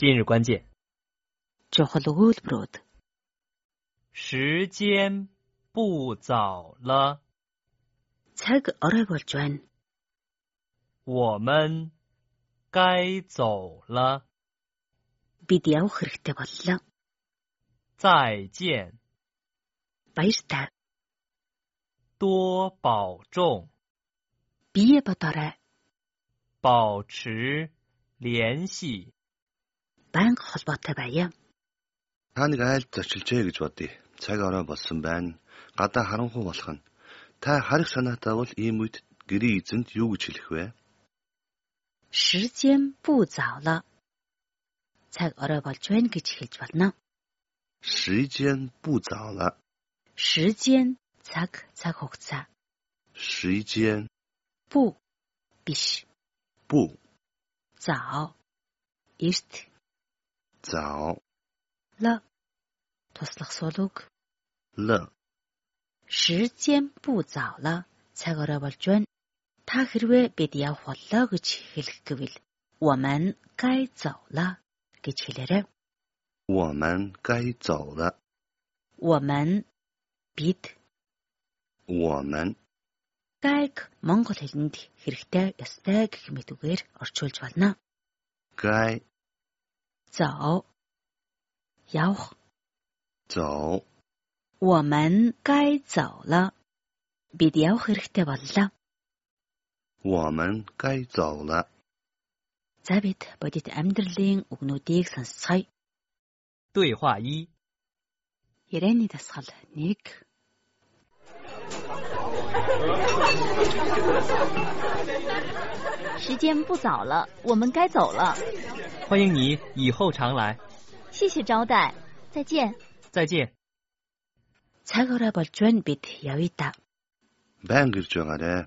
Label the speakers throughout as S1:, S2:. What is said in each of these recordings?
S1: 今日关键：
S2: Чухал өгүүлбэрүүд.
S1: 时间不早了，
S2: Цаг орой болж байна.
S1: 我们该走了，
S2: Бид явах хэрэгтэй боллоо.
S1: 再见，
S2: Баяртай.
S1: 多保重，
S2: Бие бодоорой.
S1: 保持联系，
S2: Байнга холбоотой байя.
S3: Та нэг айлд зочилжээ гэж бодъё. Цаг орой болсон байна. Гадаа харанхуй болох нь. Та харих санаатай бол ийм үед гэрээ эзэнд юу гэж хэлэх вэ?
S2: 时间 бүү заавла. Цаг орой болж байна гэж хэлж болно.
S3: Шижэн бу заала.
S2: 时间 цаг цаг хугацаа.
S3: Шижэн
S2: Бүү биш.
S3: бу
S2: Заав. Эрт
S3: зао
S2: л туслах суулуг.
S3: л
S2: 时间 бүү заавла. Цаг орой болж байна. Та хэрвээ бид явах боллоо гэж хэлэх гэвэл 我们 гай заавла гэж хэлээрэй.
S3: 我们该走了。
S2: 我们 бид
S3: 我们
S2: гайг монгол хэлэнд хэрэгтэй ёстой гэх мэт үгээр орчуулж байна.
S3: 该
S2: Зоо. Явах.
S3: 走。
S2: 我们 гай заола. Бид явах хэрэгтэй боллоо.
S3: 我们该走了。
S2: За бид бодит амьдралын үгнүүдийг сонсцгоё.
S1: 对话一。
S2: Ирээний дасгал 1.
S4: 时间不早了，我们该走了。
S1: 欢迎你以后常来，
S4: 谢谢招待，再见。
S1: 再见。
S2: Цаг орой болж байна бид явъя да.
S3: Баян гэрж байгаарэ.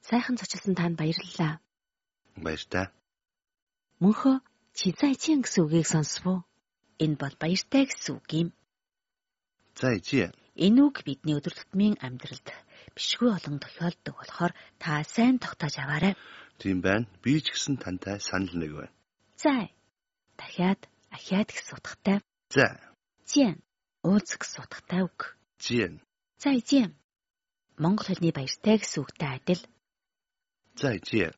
S2: Сайхан зочилсан танд баярлалаа.
S3: Баяртай.
S2: Мөнхөө чи зайчин гэсэн үгийг сонсвоо. Энэ бол баяртай гэсэн үг юм.
S3: Зайжээ.
S2: Энэ үг бидний өдөр тутмын амьдралд бишгүй олон тохиолддог болохоор та сайн тогтоож аваарай.
S3: Тийм байна. Би ч гэсэн тантай санал нэг байна.
S2: Зай. Дахиад ахиад гэсэн утгатай.
S3: За.
S2: Зэн. Уулз гэсэн утгатай үг.
S3: Жин.
S2: Зайзэн. Монгол хэлний баяртай гэсэн үгтэй адил.
S3: Зайжээ.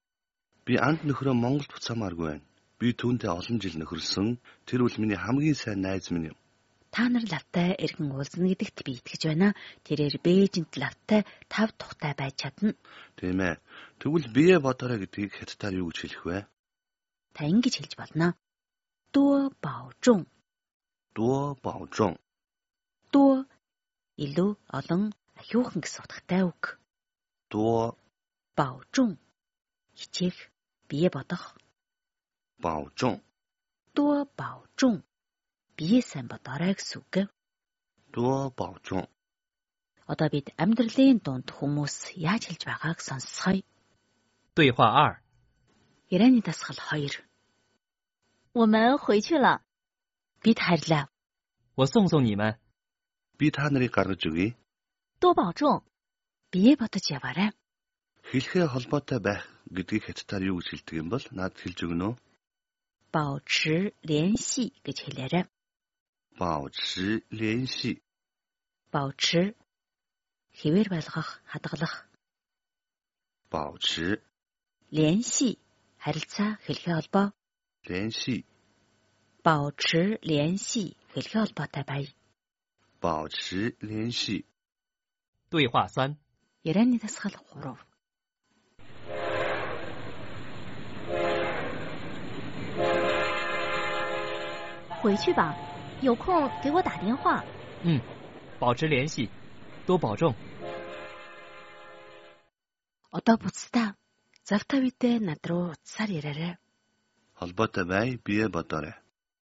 S3: Би анд нөхрөө Монголд буцаамааргүй байна. Би түүнтэй олон жил нөхөрсөн. Тэр үл миний хамгийн сайн найз минь юм.
S2: Та нар лавтай эргэн уулзна гэдэгт би итгэж байна. Тэрээр Бээжинт лавтай тав тухтай байж чадна.
S3: Тийм ээ. Тэгвэл бие бодорой гэдгийг хятадаар юу гэж хэлэх вэ?
S2: Та ингэж хэлж болно. Дуу баожун.
S3: Дуо баожон.
S2: Дуу илүү олон ахиухан гэсэн утгатай үг.
S3: Дуо
S2: Баожун. Хичээх, бие бодох.
S3: баожон.
S2: Дуу баожун. Бие сайн бодоорой гэсэн үг.
S3: Дуо баожон.
S2: Одоо бид амьдралын дунд хүмүүс яаж хэлж байгааг сонсцгоё.
S1: 对话二，
S2: Ирээний дасгал 2.
S4: 我们回去了，
S2: Бид хайрлаа.
S1: 我送送你们，
S3: Би та нарыг гаргаж өгье.
S4: 多保重。
S2: Бие бодож яваарай.
S3: Хэлхээ холбоотой байх гэдгийг хятадаар юу гэж хэлдэг юм бол наад хэлж өгнө үү?
S2: Баочи ленси гэж хэлээрэй.
S3: Баочи ленси.
S2: Баочи хിവэр байлгах, хадгалах,
S3: Баочи
S2: ленси харилцаа хэлхээ холбоо.
S3: ленси.
S2: Баочи ленси хэлхээ холбоотой бай.
S3: Баочи ленси.
S1: 对话三，
S2: Ирээний дасгал 3.
S4: 回去吧，有空给我打电话。
S1: 嗯，保持联系，多保重。
S2: Одоо буцтаа. Завтаа бидээ над руу утсаар ирээрэй.
S3: Холбоотой бай, бие бодоорой.